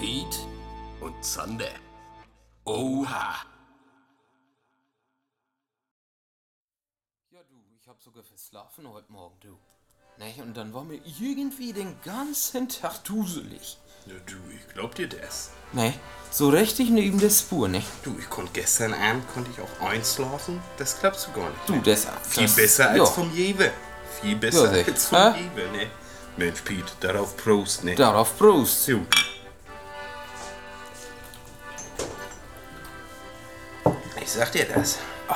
Meat und Zander. Oha! Ja, du, ich hab sogar verschlafen heute Morgen, du. Ne, und dann war mir irgendwie den ganzen Tag duselig. Ja, du, ich glaub dir das. Ne, so richtig neben der Spur, ne? Du, ich konnte gestern Abend konnte ich auch einschlafen. Das klappt so gar nicht. ne. Du, das Viel das- besser als ja, vom Jewe. Viel besser sicher. als vom Hä? Jewe, ne? Mensch, Piet, darauf Prost, ne? Darauf Prost. Jo. Ich sag dir das. Ah,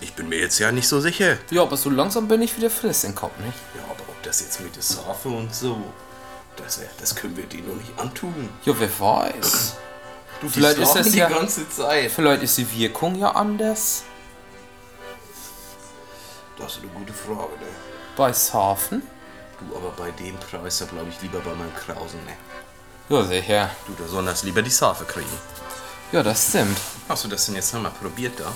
Ich bin mir jetzt ja nicht so sicher. Ja, aber so langsam bin ich wieder friss im Kopf, ne? Ja, aber ob das jetzt mit der Saffe und so, das, äh, das können wir denen noch nicht antun. Ja, wer weiß. Du, vielleicht ist das die ja- ganze Zeit. Vielleicht ist die Wirkung ja anders Das ist eine gute Frage, ne? bei Safen. Du, aber bei dem Preis, da glaube ich lieber bei meinem Krausen, ne? Ja, sicher. Du, da sollen das lieber die Safe kriegen. Ja, das stimmt. Hast du das denn jetzt nochmal probiert da?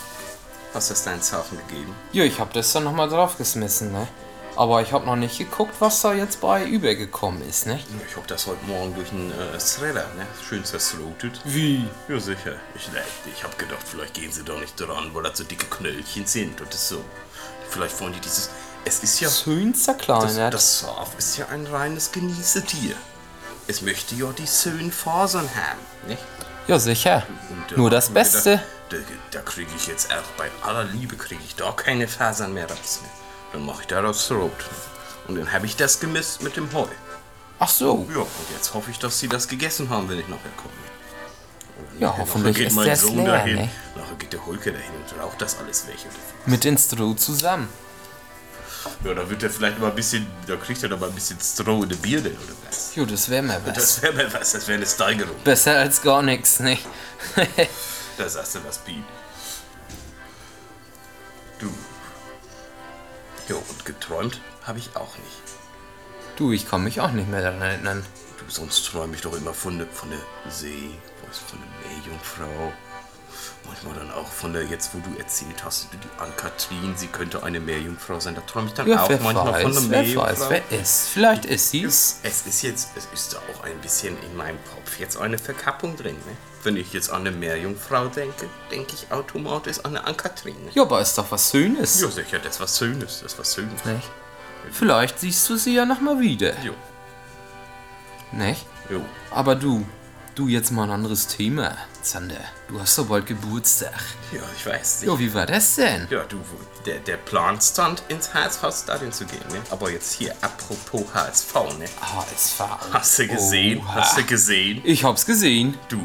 Hast du das deinen Safen gegeben? Ja, ich hab das dann nochmal draufgeschmissen, ne? Aber ich hab noch nicht geguckt, was da jetzt bei übergekommen ist, ne? Ja, Ich hab das heute Morgen durch einen äh, Threader, ne? Schön zerthroatet. Wie? Ja, sicher. Ich, ne, ich hab gedacht, vielleicht gehen sie doch nicht dran, weil das so dicke Knöllchen sind und das so. Vielleicht wollen die dieses. Es ist ja. Schön Das, zerkleinert. das Schaf ist ja ein reines Genießetier. Es möchte ja die schönen Fasern haben, nicht? ja, sicher. Und, äh, Nur das hab mir Beste. Gedacht, da da kriege ich jetzt auch bei aller Liebe kriege ich da keine Fasern mehr raus. Ne? Dann mache ich daraus Rot. Und dann habe ich das gemisst mit dem Heu. Ach so. Ja, und jetzt hoffe ich, dass sie das gegessen haben, wenn ich nachher komme. Und Ja, nachher- hoffentlich nachher Genau. geht ist mein das Sohn leer, dahin. ne? Nachher geht der Holke dahin und raucht das alles weg. Und- Mit den Stroh zusammen. Ja, da wird er vielleicht mal ein bisschen, da kriegt er doch mal ein bisschen Stroh in die Birne oder was. Jo, das wäre mir was. Das wäre mal was, das wäre eine Steigerung. Besser als gar nichts, ne? nicht? Da sagst du was, Piet. Du. Jo, und geträumt habe ich auch nicht. Du, ich kann mich auch nicht mehr daran erinnern. Du, sonst träume ich doch immer von der von der See, was, von der Meerjungfrau. Manchmal dann auch von der, jetzt wo du erzählt hast, die Ann-Kathrin, sie könnte eine Meerjungfrau sein. Da träume ich dann Ja, auch wer manchmal von weiß, einer wer weiß, Meerjungfrau. wer ist. Vielleicht ist sie's. Es ist jetzt, es ist da auch ein bisschen in meinem Kopf jetzt eine Verkappung drin. Ne? Wenn ich jetzt an eine Meerjungfrau denke, denke ich automatisch an eine Ankatrin. Ne? Ja, aber ist doch was Schönes. Ja, sicher, das was Schönes, das was Schönes. Nicht? Vielleicht siehst du sie ja nochmal wieder. Jo, Nicht? jo. Aber du, du jetzt mal ein anderes Thema. Zander, du hast doch bald Geburtstag. Ja, ich weiß nicht. Jo, wie war das denn? Ja, du, der, der Plan stand, ins HSV-Stadion zu gehen, ne? Aber jetzt hier, apropos HSV, ne? HSV. Hast du gesehen? Oha. Hast du gesehen? Ich hab's gesehen. Du,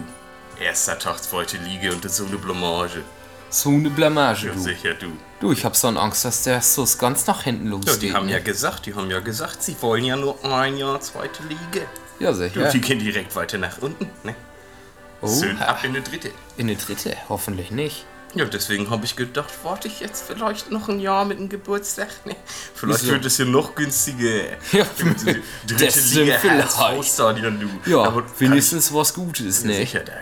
erster Tag, zweite Liga und so eine Blamage. So eine Blamage, Ja, du. sicher, du. Du, ich hab so eine Angst, dass der Sus ganz nach hinten Ja, losgeht. die haben ne? ja gesagt, die haben ja gesagt, sie wollen ja nur ein Jahr zweite Liga. ja Du, sicher. die gehen direkt weiter nach unten, ne? Schön Oha. ab in die dritte. In eine dritte, hoffentlich nicht. Ja, deswegen habe ich gedacht, warte ich jetzt vielleicht noch ein Jahr mit dem Geburtstag. Nee, vielleicht Wieso? wird es ja noch günstiger. Ja, dritte das stimmt Liga vielleicht. Hausstadion, du. Ja, aber kann ich wenigstens was Gutes, nee. ne? sicher, da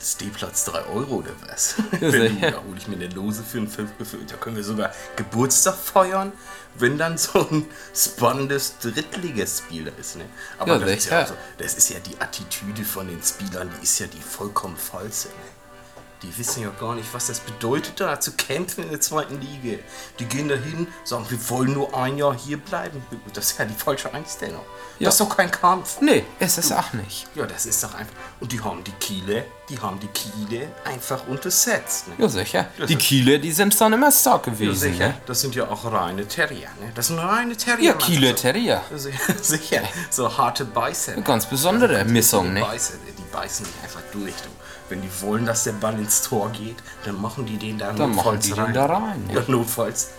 ist die Platz 3 Euro oder was? Ja, wenn du, sicher. da hole ich mir eine Lose für einen Fünf, für, da können wir sogar Geburtstag feiern, wenn dann so ein spannendes Drittligaspiel da ist. Ne? Aber Ja, das, ist sicher. ja, also, das ist ja die Attitüde von den Spielern, die ist ja die vollkommen falsche. Ne? Die wissen ja gar nicht, was das bedeutet, da zu kämpfen in der zweiten Liga. Die gehen dahin, sagen, wir wollen nur ein Jahr hier bleiben. Das ist ja die falsche Einstellung. Ja. Das ist doch kein Kampf. Nee, es ist auch nicht. Ja, das ist doch einfach. Und die haben die Kiele, die haben die Kiele einfach untersetzt. Ne? Ja, sicher. Die Kieler, die sind dann immer stark gewesen, ne? Das sind ja auch reine Terrier, ne? Das sind reine Terrier. Ja, Mann. Kieler So- Terrier. Sicher, sicher. So harte Beißer. Ne? Ganz besondere Missung, Die ne? beißen, die beißen dich einfach durch. Du. Wenn die wollen, dass der Ball ins Tor geht, dann machen die den da Dann machen die den da rein, ne? Ja, notfalls.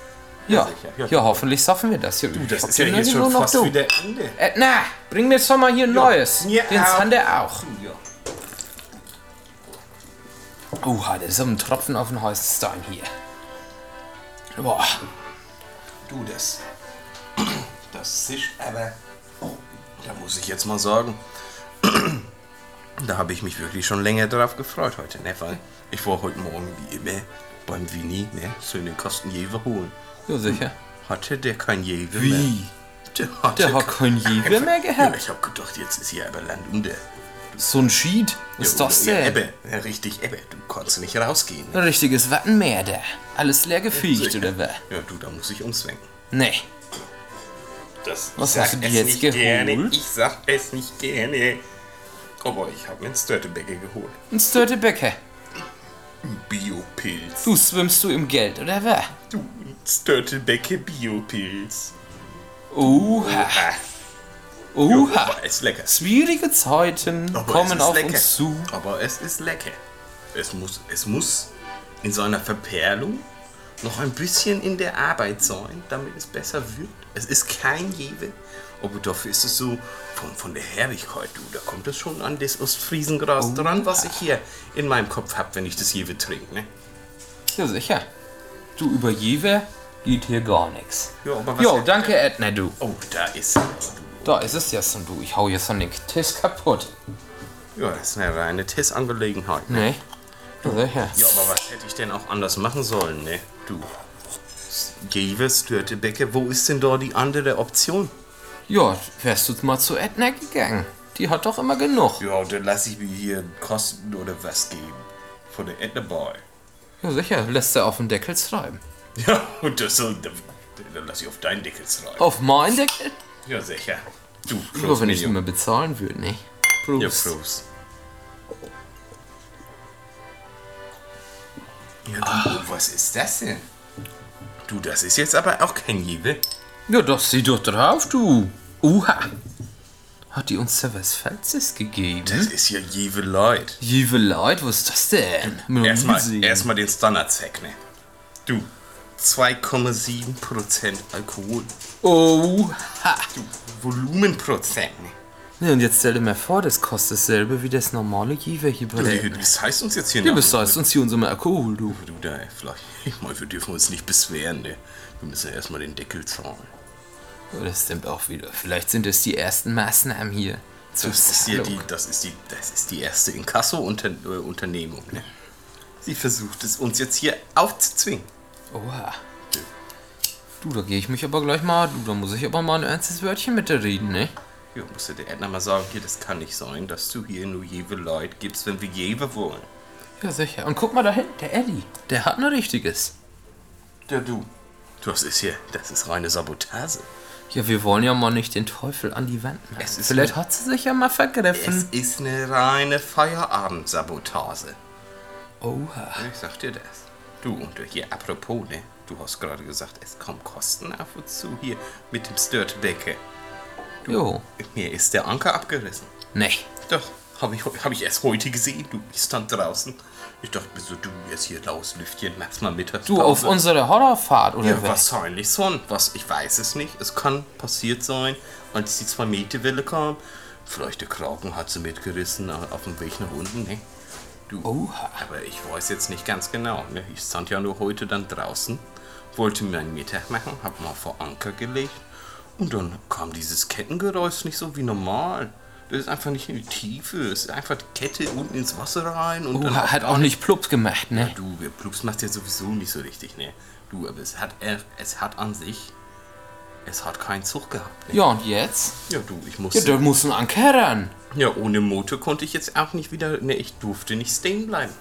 Ja, sicher. ja, Ja. hoffentlich schaffen wir das. Ja, du, Das ist ja jetzt schon fast wieder Ende. Edna, Äh, bring mir schon mal hier ein neues. mir Den auch. kann der auch. Ja. Oha, das ist ein Tropfen auf den heißen Stein hier. Boah, Du, das. Das ist aber. Da muss ich jetzt mal sagen. Da habe ich mich wirklich schon länger darauf gefreut heute, ne? Weil ich war heute Morgen wie immer beim Vini, ne? So den Kostenjäger holen. ja sicher. Hatte der kein Jäger mehr? Wie? Der, hatte Der hat keinen Jäger mehr Ja, gehabt. ich habe gedacht, jetzt ist hier aber Land unter. So ein Sheet? Was ist das Ja, denn? Ebbe. Ja, richtig, Ebbe. Du konntest nicht rausgehen. ne? Ein richtiges Wattenmeer da. Alles leer gefegt, oder was? Ja, du, da muss ich umzwängen. Nee. Das, Was ich hast sag du dir es jetzt nicht geholt? Gerne. Ich sag es nicht gerne. Aber ich habe mir ein Störtebäcke geholt. Ein Störtebäcker. Ein Biopilz. Du schwimmst du im Geld, oder was? Du, ein Störtebäcke Biopilz. Oha. Ah, Oha. ist lecker. Schwierige Zeiten Aber es kommen Oh, ist auf lecker. uns zu. Aber es ist lecker. Es muss, es muss in seiner Verperlung noch ein bisschen in der Arbeit sein, damit es besser wird. Es ist kein Jewe, aber dafür ist es so von, von der Herrlichkeit, du. Da kommt es schon an das Oh. Ostfriesengras dran, was ich hier in meinem Kopf habe, wenn ich das Jewe trinke. Ne? Ja, sicher. Du, über Jewe geht hier gar nichts. Ja, aber was- Jo, danke, Edna, du. Oh, da ist sie. aber, Da ist es ja schon, du. Ich hau jetzt schon den Tisch kaputt. du. Ja, das ist eine reine Testangelegenheit. Ne? Nee. Ja, sicher. Ja, aber was hätte ich denn auch anders machen sollen, ne? Du. Jewe, Störtebecke, wo ist denn da die andere Option? Ja, wärst du mal zu Edna gegangen. Die hat doch immer genug. Ja, dann lasse ich mir hier Kosten oder was geben. Von der Edna Boy. Ja, sicher. Lässt er auf den Deckel schreiben. Ja, und das soll. Dann lass ich auf deinen Deckel schreiben. Auf meinen Deckel? Ja, sicher. Du, Nur Prost, wenn ich Medium. immer bezahlen würde, ne? Ja, Prost. Prost. Ja, du, was ist das denn? Du, das ist jetzt aber auch kein Jewe. Ja, das sieht doch drauf, du. Uha. Hat die uns da was Falsches Das gegeben? ist ja Jewe Leut. Jewe Leute, was ist das denn? Mal Erstmal, gesehen. erstmal den Standardzeck, ne? Du, 2,7% Alkohol. Oha. Du, Volumenprozent, ne? Ne, und jetzt stell dir mal vor, das kostet dasselbe wie das normale Jewe hier bei Nee, der... das heißt uns jetzt hier Du nach- bist heißt uns hier unser Alkohol, du. Du da, ey, vielleicht. Ich meine, wir dürfen uns nicht beschweren, ne? Wir müssen ja erstmal den Deckel zahlen. Ja, Das stimmt auch wieder. Vielleicht sind es die ersten Maßnahmen hier. Zur Das ist hier Zahlung. die, das ist die, das ist die erste Inkasso-Unternehmung, ne? Sie versucht es uns jetzt hier aufzuzwingen. Oha. Du, da gehe ich mich aber gleich mal... Du, da muss ich aber mal ein ernstes Wörtchen mit dir reden, ne? Ja, musste der Edna mal sagen, hier, das kann nicht sein, dass du hier nur Jewe Leute gibst, wenn wir Jewe wollen. Ja, sicher. Und guck mal da hinten, der Eddie. Der hat ein richtiges. Ja, du. Das ist hier, das ist reine Sabotage. Ja, wir wollen ja mal nicht den Teufel an die Wand machen. Es ist Vielleicht hat sie sich ja mal Es vergriffen. ist eine reine Feierabendsabotage. Oha. Ich sag dir das. Du, und hier, apropos, ne? Du hast gerade gesagt, es kommen Kosten ab und zu hier mit dem Störtbecke. Jo. Mir ist der Anker abgerissen. Nee. Doch, habe ich, hab ich erst heute gesehen. Du, ich stand draußen. Ich dachte mir so, du, jetzt hier raus, Lüftchen, mach's mal mittags. Du, auf unsere Horrorfahrt, oder Ja, was? wahrscheinlich schon. Was, ich weiß es nicht. Es kann passiert sein, als die 2-Meter-Welle kam. Vielleicht der Kraken hat sie mitgerissen äh, auf dem Weg nach unten, ne? Du, Oha. aber ich weiß jetzt nicht ganz genau. Ne? Ich stand ja nur heute dann draußen, wollte mir einen Mittag machen, hab mal vor Anker gelegt und dann kam dieses Kettengeräusch nicht so wie normal. Das ist einfach nicht in die Tiefe, es ist einfach die Kette unten ins Wasser rein und dann Oha, hat auch nicht plupp gemacht, ne? Du, der Plups macht ja sowieso nicht so richtig, ne? Du, aber es hat, er- es hat an sich, es hat keinen Zug gehabt. Ne? Ja, und jetzt? Ja, du, ich Ja, musste. da muss ein Anker ran. Ja, ohne Motor konnte ich jetzt auch nicht wieder, ne, ich durfte nicht stehen bleiben.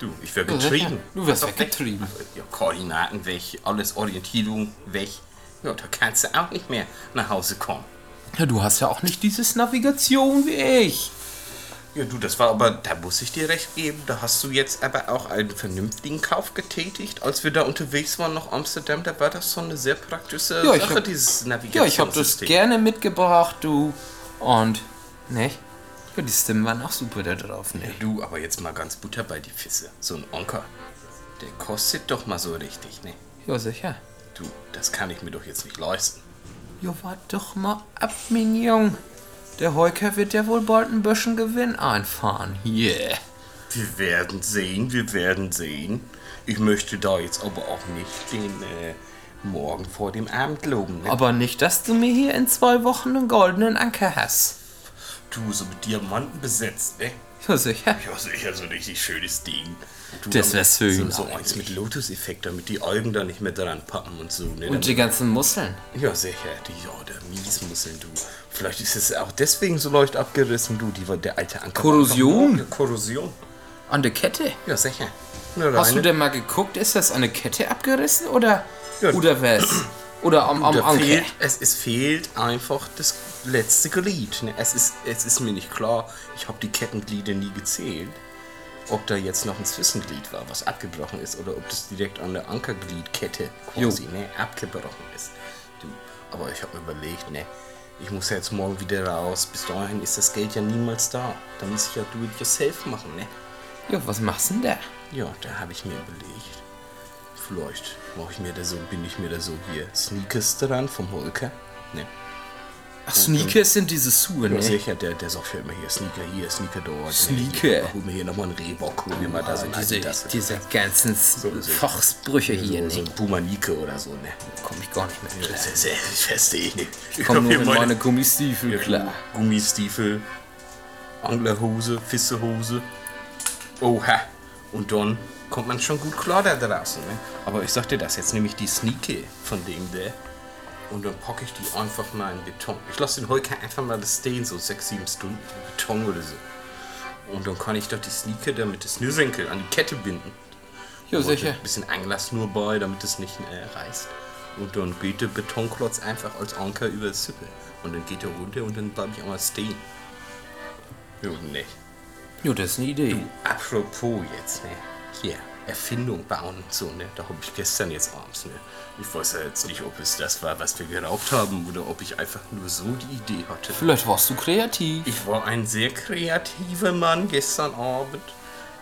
Du, ich wäre getrieben. Du wärst Doch, weg. weggetrieben. Ja, Koordinaten weg, alles Orientierung weg. Ja, da kannst du auch nicht mehr nach Hause kommen. Ja, du hast ja auch nicht dieses Navigation wie ich. Ja, du, das war aber, da muss ich dir recht geben, da hast du jetzt aber auch einen vernünftigen Kauf getätigt. Als wir da unterwegs waren nach Amsterdam, da war das so eine sehr praktische Ja, ich Sache, hab- dieses Ja, ich hab das Navigationssystem. gerne mitgebracht, du. Und, ne? Ja, die Stimmen waren auch super da drauf, ne? Du, aber jetzt mal ganz Butter bei die Fisse. So ein Onker, der kostet doch mal so richtig, ne? Ja, sicher. Du, das kann ich mir doch jetzt nicht leisten. Jo, wart doch mal ab, Mignon. Der Heuker wird ja wohl bald ein bisschen Gewinn einfahren. Yeah. Wir werden sehen, wir werden sehen. Ich möchte da jetzt aber auch nicht den äh, Morgen vor dem Abend loben, ne? Aber nicht, dass du mir hier in zwei Wochen einen goldenen Anker hast. Du, so mit Diamanten besetzt, ne? Ja, sicher. Ja, sicher, so ein richtig schönes Ding. Du, Das dann wär schön, So, so aber eins mit Lotus-Effekt, damit die Augen da nicht mehr dran pappen und so. Ne? Und die ganzen Muskeln. ja, sicher, die ja, der Miesmusseln, du. Vielleicht ist es auch deswegen so leicht abgerissen, du, die war der alte Anker. Korrosion. Ja, Korrosion. An der Kette. Ja, sicher. Nur Hast du reine. denn mal geguckt, ist das an der Kette abgerissen oder, Ja. oder was? Oder am, am Da Anker? fehlt, es, es fehlt einfach das letzte Glied. Ne? Es, ist, es ist mir nicht klar, ich habe die Kettenglieder nie gezählt, ob da jetzt noch ein Zwischenglied war, was abgebrochen ist, oder ob das direkt an der Ankergliedkette quasi ne, abgebrochen ist. Du, aber ich habe mir überlegt, ne, ich muss ja jetzt morgen wieder raus. Bis dahin ist das Geld ja niemals da. Da muss ich ja do-it-yourself machen. Ne? Ja, was machst du denn da? Ja, da habe ich mir überlegt. Vielleicht mache ich mir da so, bin ich mir da so hier Sneakers dran vom Holker. Ne. Ach, Sneakers sind diese Schuhe, Ja, ne? sicher, der, der sagt ja immer hier Sneaker hier, Sneaker dort. ne, Sneaker. Hier, hol mir hier nochmal einen Reebok, hol mir mal da so ein Ah, Diese, Adidas. diese ganzen so- Fachsbrüche hier, so, so ne? ein Puma Nike oder so, ne? Komm ich gar nicht mehr klar. Das ist, ich verstehe ich nicht. Ich komm nur hab mit hier meinen Gummistiefeln klar. Gummistiefel, Anglerhose, Fissehose. Oha. Und dann kommt man schon gut klar da draußen. Ne? Aber ich sag dir das, jetzt nehme ich die Sneaky von dem der. Und dann packe ich die einfach mal in Beton. Ich lasse den Holker einfach mal das stehen, so sechs, sieben Stunden Beton oder so. Und dann kann ich doch die Sneaker damit das Schnürsenkel an die Kette binden. Ja, Und sicher. Ein bisschen Anglass nur bei, damit es nicht äh, reißt. Und dann geht der Betonklotz einfach als Anker über das Sippe. Und dann geht er runter und dann bleibe ich einmal stehen. Ja, ne. Ja, das ist eine Idee. Apropos jetzt, ne. Hier, Erfindung bauen und so, ne. Da habe ich gestern jetzt abends, ne. Ich weiß ja jetzt nicht, ob es das war, was wir geraubt haben oder ob ich einfach nur so die Idee hatte. Vielleicht warst du kreativ. Ich war ein sehr kreativer Mann gestern Abend.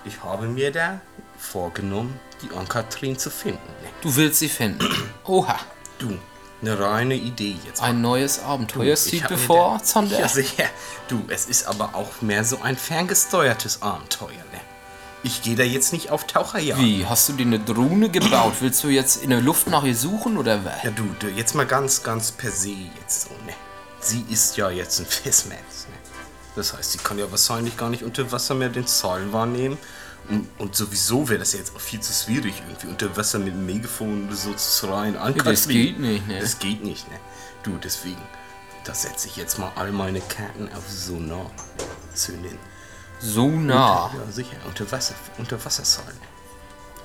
Ich habe mir da vorgenommen, die Ankatrin zu finden, ne. Du willst sie finden. Oha, Du, eine reine Idee jetzt. ein neues Abenteuer Ich steht hab mir bevor, da- Zander. Ja, sicher. Du, es ist aber auch mehr so ein ferngesteuertes Abenteuer, ne? Ich gehe da jetzt nicht auf Taucherjagd. Wie, hast du dir eine Drohne gebaut? Willst du jetzt in der Luft nach ihr suchen oder was? Ja, du, du, jetzt mal ganz, ganz per se jetzt so, ne? Sie ist ja jetzt ein Fissmetz, ne? Das heißt, sie kann ja wahrscheinlich gar nicht unter Wasser mehr den Zoll wahrnehmen. Und, und sowieso wäre das ja jetzt auch viel zu schwierig, irgendwie unter Wasser mit dem Megafon oder so zu schreien. das Ankatrin. geht nicht, ne? Das geht nicht, ne? Du, deswegen, da setze ich jetzt mal all meine Karten auf Sonar. Zünden. So nah. Ja, sicher, unter Wasser, unter Wasser sollen.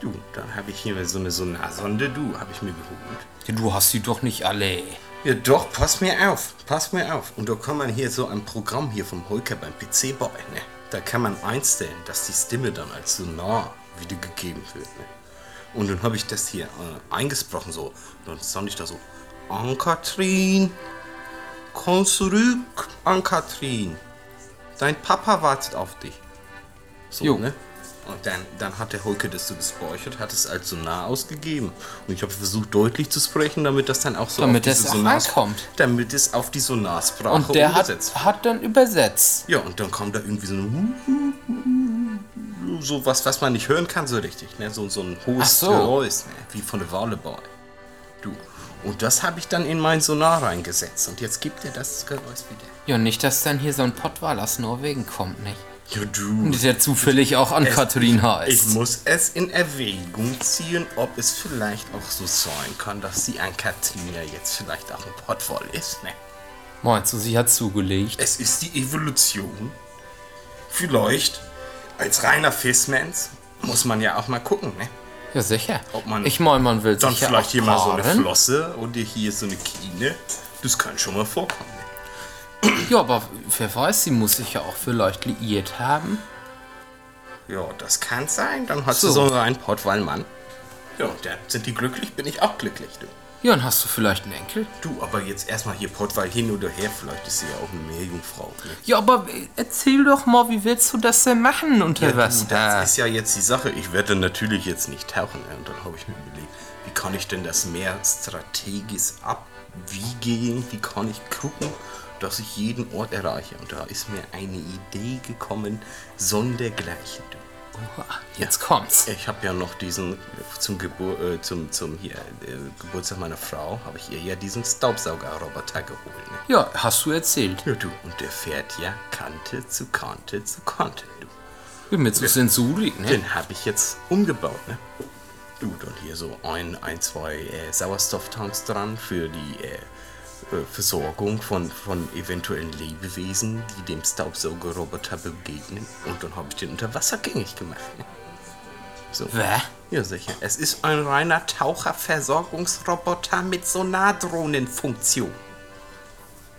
Du, dann habe ich hier so eine Sonarsonde, du, habe ich mir geholt. Ja, du hast sie doch nicht alle. Ja doch, pass mir auf, pass mir auf. Und da kann man hier so ein Programm hier vom Holker beim PC bauen, ne? Da kann man einstellen, dass die Stimme dann als so nah wiedergegeben wird, ne? Und dann habe ich das hier äh, eingesprochen so. Dann stand ich da so, Ankatrin, komm zurück, Ankatrin. Dein Papa wartet auf dich. So, Jo. ne? Und dann, dann hat der Hulke das so gespeichert, hat es als Sonar ausgegeben. Und ich habe versucht, deutlich zu sprechen, damit das dann auch so Damit auf das auch Sonars- ankommt. Damit es auf die Sonarsprache Und der hat, umgesetzt hat dann übersetzt. ja, und dann kommt da irgendwie so ein so was, was man nicht hören kann so richtig, ne? so, so ein hohes Ach so. Geräusch, ne? wie von der Volleyball. Du. Und das habe ich dann in mein Sonar reingesetzt und jetzt gibt er das Geräusch wieder. Ja, nicht, dass dann hier so ein Pottwal aus Norwegen kommt, nicht? Ja, du. Und der zufällig auch an Katrin Ich heißt. muss es in Erwägung ziehen, ob es vielleicht auch so sein kann, dass sie an Katrina jetzt vielleicht auch ein Pottwall ist. Ne? Meinst du, sie hat zugelegt? Es ist die Evolution. Vielleicht als reiner Fissmans muss man ja auch mal gucken, ne? Ja, sicher. Ob man- ich meine, man will Dann sich ja vielleicht auch hier mal so eine paaren. Flosse und hier so eine Kine. Das kann schon mal vorkommen. Ja, aber wer weiß, sie muss sich ja auch vielleicht liiert haben. Ja, das kann sein. Dann hast So. du so einen Portweinmann. Ja, dann sind die glücklich, bin ich auch glücklich. Du, Ja, und hast du vielleicht einen Enkel? du aber jetzt erstmal hier Portwein hin oder her. Vielleicht ist sie ja auch eine Meerjungfrau. Ne? Ja, aber erzähl doch mal, wie willst du das denn machen unter Ja, du, das ist ja jetzt die Sache. Ich werde natürlich jetzt nicht tauchen. ne? Und dann habe ich mir überlegt, wie kann ich denn das Meer strategisch abwiegen? Wie kann ich gucken, dass ich jeden Ort erreiche? Und da ist mir eine Idee gekommen, sondergleichen. Du. Oha, Ah, Jetzt kommt's. Ich habe ja noch diesen zum, Gebur äh, zum, zum hier, äh, Geburtstag meiner Frau habe ich ihr ja diesen Staubsaugerroboter geholt. Ne? Ja, hast du erzählt. Ja, du. Und der fährt ja Kante zu Kante zu Kante. Du. Bin mir zu sensurig, ne? Den habe ich jetzt umgebaut, ne? Gut, und hier so ein, ein zwei äh, Sauerstofftanks dran für die äh, äh, Versorgung von, von eventuellen Lebewesen, die dem Staubsaugerroboter begegnen. Und dann habe ich den unter Wasser gängig gemacht. Ne? So. Wä? Ja, sicher. Es ist ein reiner Taucherversorgungsroboter mit Sonardrohnenfunktion.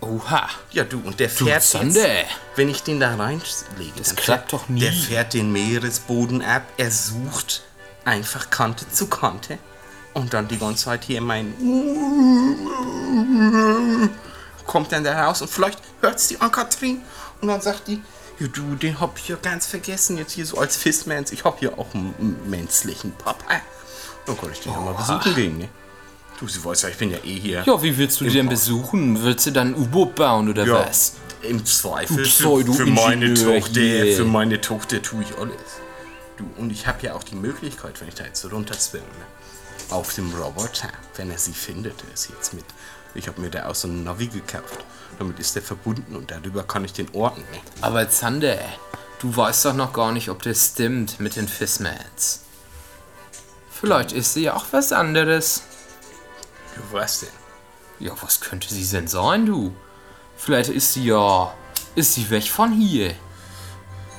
Oha. Ja, du, und der fährt Sander. jetzt, wenn ich den da reinlege, das klappt doch nie. Der fährt den Meeresboden ab, er sucht einfach Kante zu Kante und dann die ganze Zeit hier mein kommt dann da raus und vielleicht hört's die Ankatrin und dann sagt die, ja du, den hab ich ja ganz vergessen, jetzt hier so als Fistmans, ich hab hier auch einen, einen menschlichen Papa. Dann kann ich den ja mal besuchen gehen, ne? Du, sie weiß ja, ich bin ja eh hier. Ja, wie willst du die denn besuchen? Willst du dann ein U-Boot bauen oder Ja, was? Im Zweifel. Für, für Pseudo-Ingenieur meine Tochter, hier. für meine Tochter tue ich alles. Du, und ich habe ja auch die Möglichkeit, wenn ich da jetzt so runterzwinge, auf dem Roboter, wenn er sie findet, er ist jetzt mit. Ich habe mir da auch so einen Navi gekauft. Damit ist er verbunden und darüber kann ich den orten. Ne? Aber Zander, du weißt doch noch gar nicht, ob das stimmt mit den Fismans. Vielleicht ist sie ja auch was anderes. Du weißt denn. Ja, was könnte sie denn sein, du? Vielleicht ist sie ja. Ist sie weg von hier?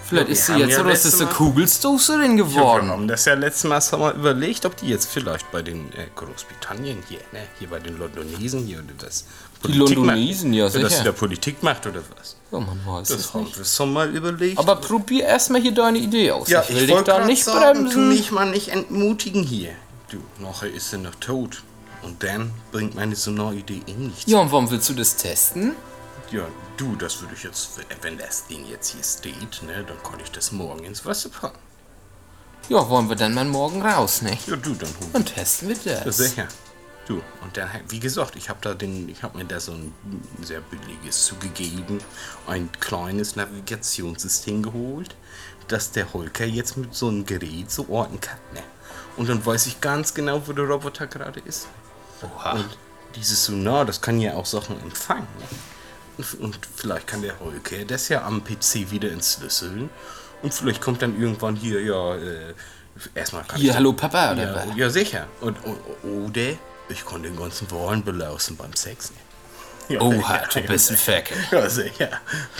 Vielleicht wir ist sie haben jetzt ja oder ist letzte es eine Mal- genau. Kugelstoßerin Wir geworden? haben das ja letztes Mal schon mal überlegt, ob die jetzt vielleicht bei den äh, Großbritannien hier, ne? hier bei den Londonesen hier oder das Londonesen, ja, Dass sicher. sie da Politik macht oder was. Ja, man weiß Das es haben nicht. wir schon mal überlegt. Aber probier erstmal hier deine Idee aus. ja, ich ich, will dich wollte da gerade nicht sagen, tu bremsen. mich mal nicht entmutigen hier. Du, nachher ist er noch tot. Und dann bringt meine Sonaridee eh nichts. Ja, und warum willst du das testen? Ja, du, das würde ich jetzt, wenn das Ding jetzt hier steht, ne, dann kann ich das morgen ins Wasser packen. Ja, wollen wir dann mal morgen raus, ne? Ja, du, dann holen wir Und testen wir das das. sicher. Du, und dann, halt- wie gesagt, ich habe da den, ich habe mir da so ein sehr billiges zugegeben, ein kleines Navigationssystem geholt, das der Holker jetzt mit so einem Gerät so orten kann. Ne? Und dann weiß ich ganz genau, wo der Roboter gerade ist. Oha. Und dieses Sonar, das kann ja auch Sachen empfangen. Ne? Und- Und vielleicht kann der Holke das ja am PC wieder entschlüsseln. Und vielleicht kommt dann irgendwann hier, ja, äh, erstmal kann Hier, ich- hallo Papa, oder ja, was? Äh, ja, sicher. Und, o- oder ich kann den ganzen Wahlen belausen beim Sex. ne? Ja, Oha, ja, du bist ein Fake. Ja, sicher.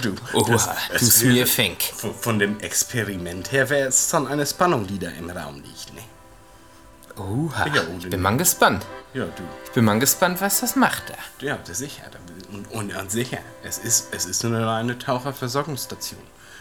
Du, Oha, es du wäre- Smearfink. Von, von dem Experiment her wäre es dann eine Spannung, die da im Raum liegt. Ne? Oha, Ja, oh, ich den- bin mal gespannt. Ja, du. Ich bin mal gespannt, was das macht da. Ja, das ist sicher. Da- Und, und, und sicher, es ist, es ist eine reine Taucherversorgungsstation.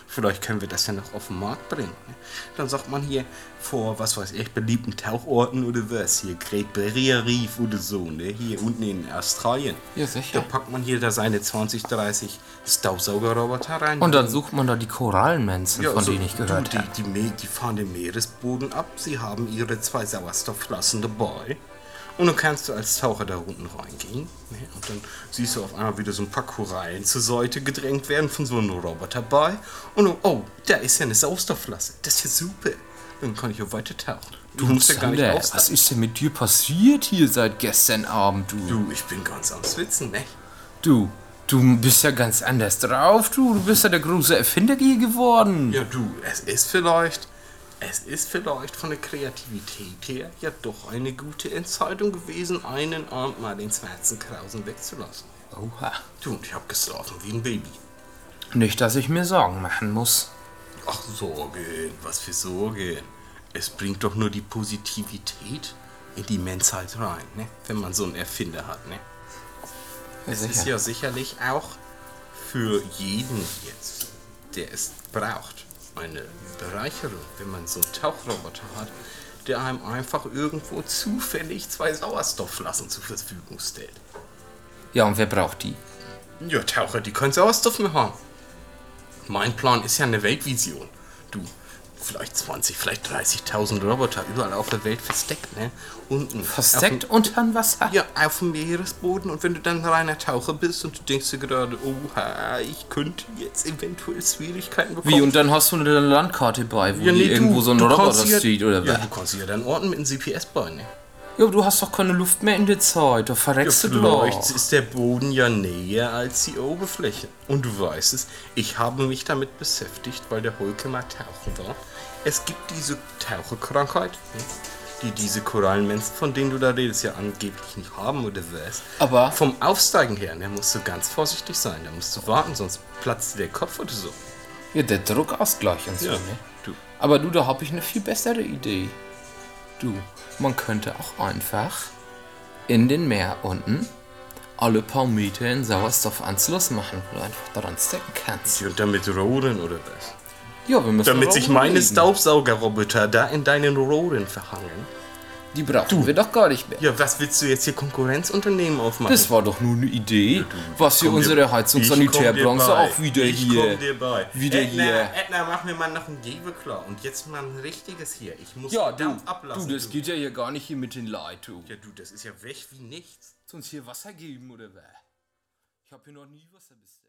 Vielleicht können wir das ja noch auf den Markt bringen. Ne? Dann sagt man hier vor, was weiß ich, beliebten Tauchorten oder was, hier Great Barrier Reef oder so, ne? hier unten in Australien. Ja, Da sicher. packt man hier da seine 20, 30 Staubsaugerroboter rein. Und dann sucht man da die Korallenmenzen, Ja, von so, denen ich du, gehört die, habe. die, Me- die fahren den Meeresboden ab, sie haben ihre zwei Sauerstoffflaschen dabei. Und dann kannst du als Taucher da unten reingehen. ne? Und dann siehst du auf einmal wieder so ein paar Korallen zur Seite gedrängt werden von so einem Roboter bei. Und dann, oh, da ist ja eine Sauerstoffflasche. Das ist ja super. Dann kann ich ja weiter tauchen. Du musst ja gar nicht Sander, was aufsteigen. ist denn mit dir passiert hier seit gestern Abend, du? Du, ich bin ganz am Schwitzen, ne? Du, du bist ja ganz anders drauf, du. Du bist ja der große Erfinder hier geworden. Ja, du, es ist vielleicht, es ist vielleicht von der Kreativität her ja doch eine gute Entscheidung gewesen, einen Abend mal den schwarzen Krausen wegzulassen. Oha. Du, und ich hab geschlafen wie ein Baby. Nicht, dass ich mir Sorgen machen muss. Ach, Sorgen, was für Sorgen. Es bringt doch nur die Positivität in die Menschheit rein, ne? wenn man so einen Erfinder hat. Ne? Es ist ja sicherlich auch für jeden jetzt, der es braucht, eine Bereicherung, wenn man so einen Tauchroboter hat, der einem einfach irgendwo zufällig zwei Sauerstoffflaschen zur Verfügung stellt. Ja, und wer braucht die? Ja, Taucher, die können Sauerstoff mehr haben. Mein Plan ist ja eine Weltvision. Du, vielleicht 20, vielleicht 30.000 Roboter überall auf der Welt versteckt, ne? Unten. Versteckt unterm Wasser? Auf, ja, auf dem Meeresboden. Und wenn du dann reiner Taucher bist und du denkst dir gerade, oha, ich könnte jetzt eventuell Schwierigkeiten bekommen. Wie, und dann hast du eine Landkarte bei, wo Ja, hier nee, irgendwo so ein kannst Roboter ja- steht oder ja, was? Du kannst ja dann Orten mit einem GPS bauen, ne? Jo, du hast doch keine Luft mehr in der Zeit. Da verreckst du Vielleicht doch. ist der Boden ja näher als die Oberfläche. Und du weißt es, ich habe mich damit beschäftigt, weil der Holke mal tauchen war. Es gibt diese Taucherkrankheit, ne, die diese Korallenmenschen, von denen du da redest, ja angeblich nicht haben oder was. Aber- Vom Aufsteigen her, da musst du ganz vorsichtig sein. Da musst du warten, sonst platzt dir der Kopf oder so. Ja, der Druckausgleich und so, ne? Du, Aber du, da habe ich eine viel bessere Idee. Du, man könnte auch einfach in den Meer unten alle paar Meter einen Sauerstoff ans Loch machen, wo du einfach daran stecken kannst. und damit rohren oder was? Ja, wir müssen Damit darüber sich meine reden. Staubsaugerroboter da in deinen Rohren verhangen. Die brauchen wir doch gar nicht mehr. Ja, was willst du jetzt hier Konkurrenzunternehmen aufmachen? Das war doch nur eine Idee, was hier Komm dir- unsere ich komm dir Heizungssanitärbranche bei. auch wieder ich hier. Komm dir bei. Wieder Edna, hier. Edna, mach mir mal noch ein Gewe klar. Und jetzt mal ein richtiges hier. Ich muss Ja, du, verdammt ablassen. du, das geht ja hier gar nicht hier mit den Leitungen. Ja, du, das ist ja weg wie nichts. Sonst hier Wasser geben oder was? Ich habe hier noch nie Wasser bestellt.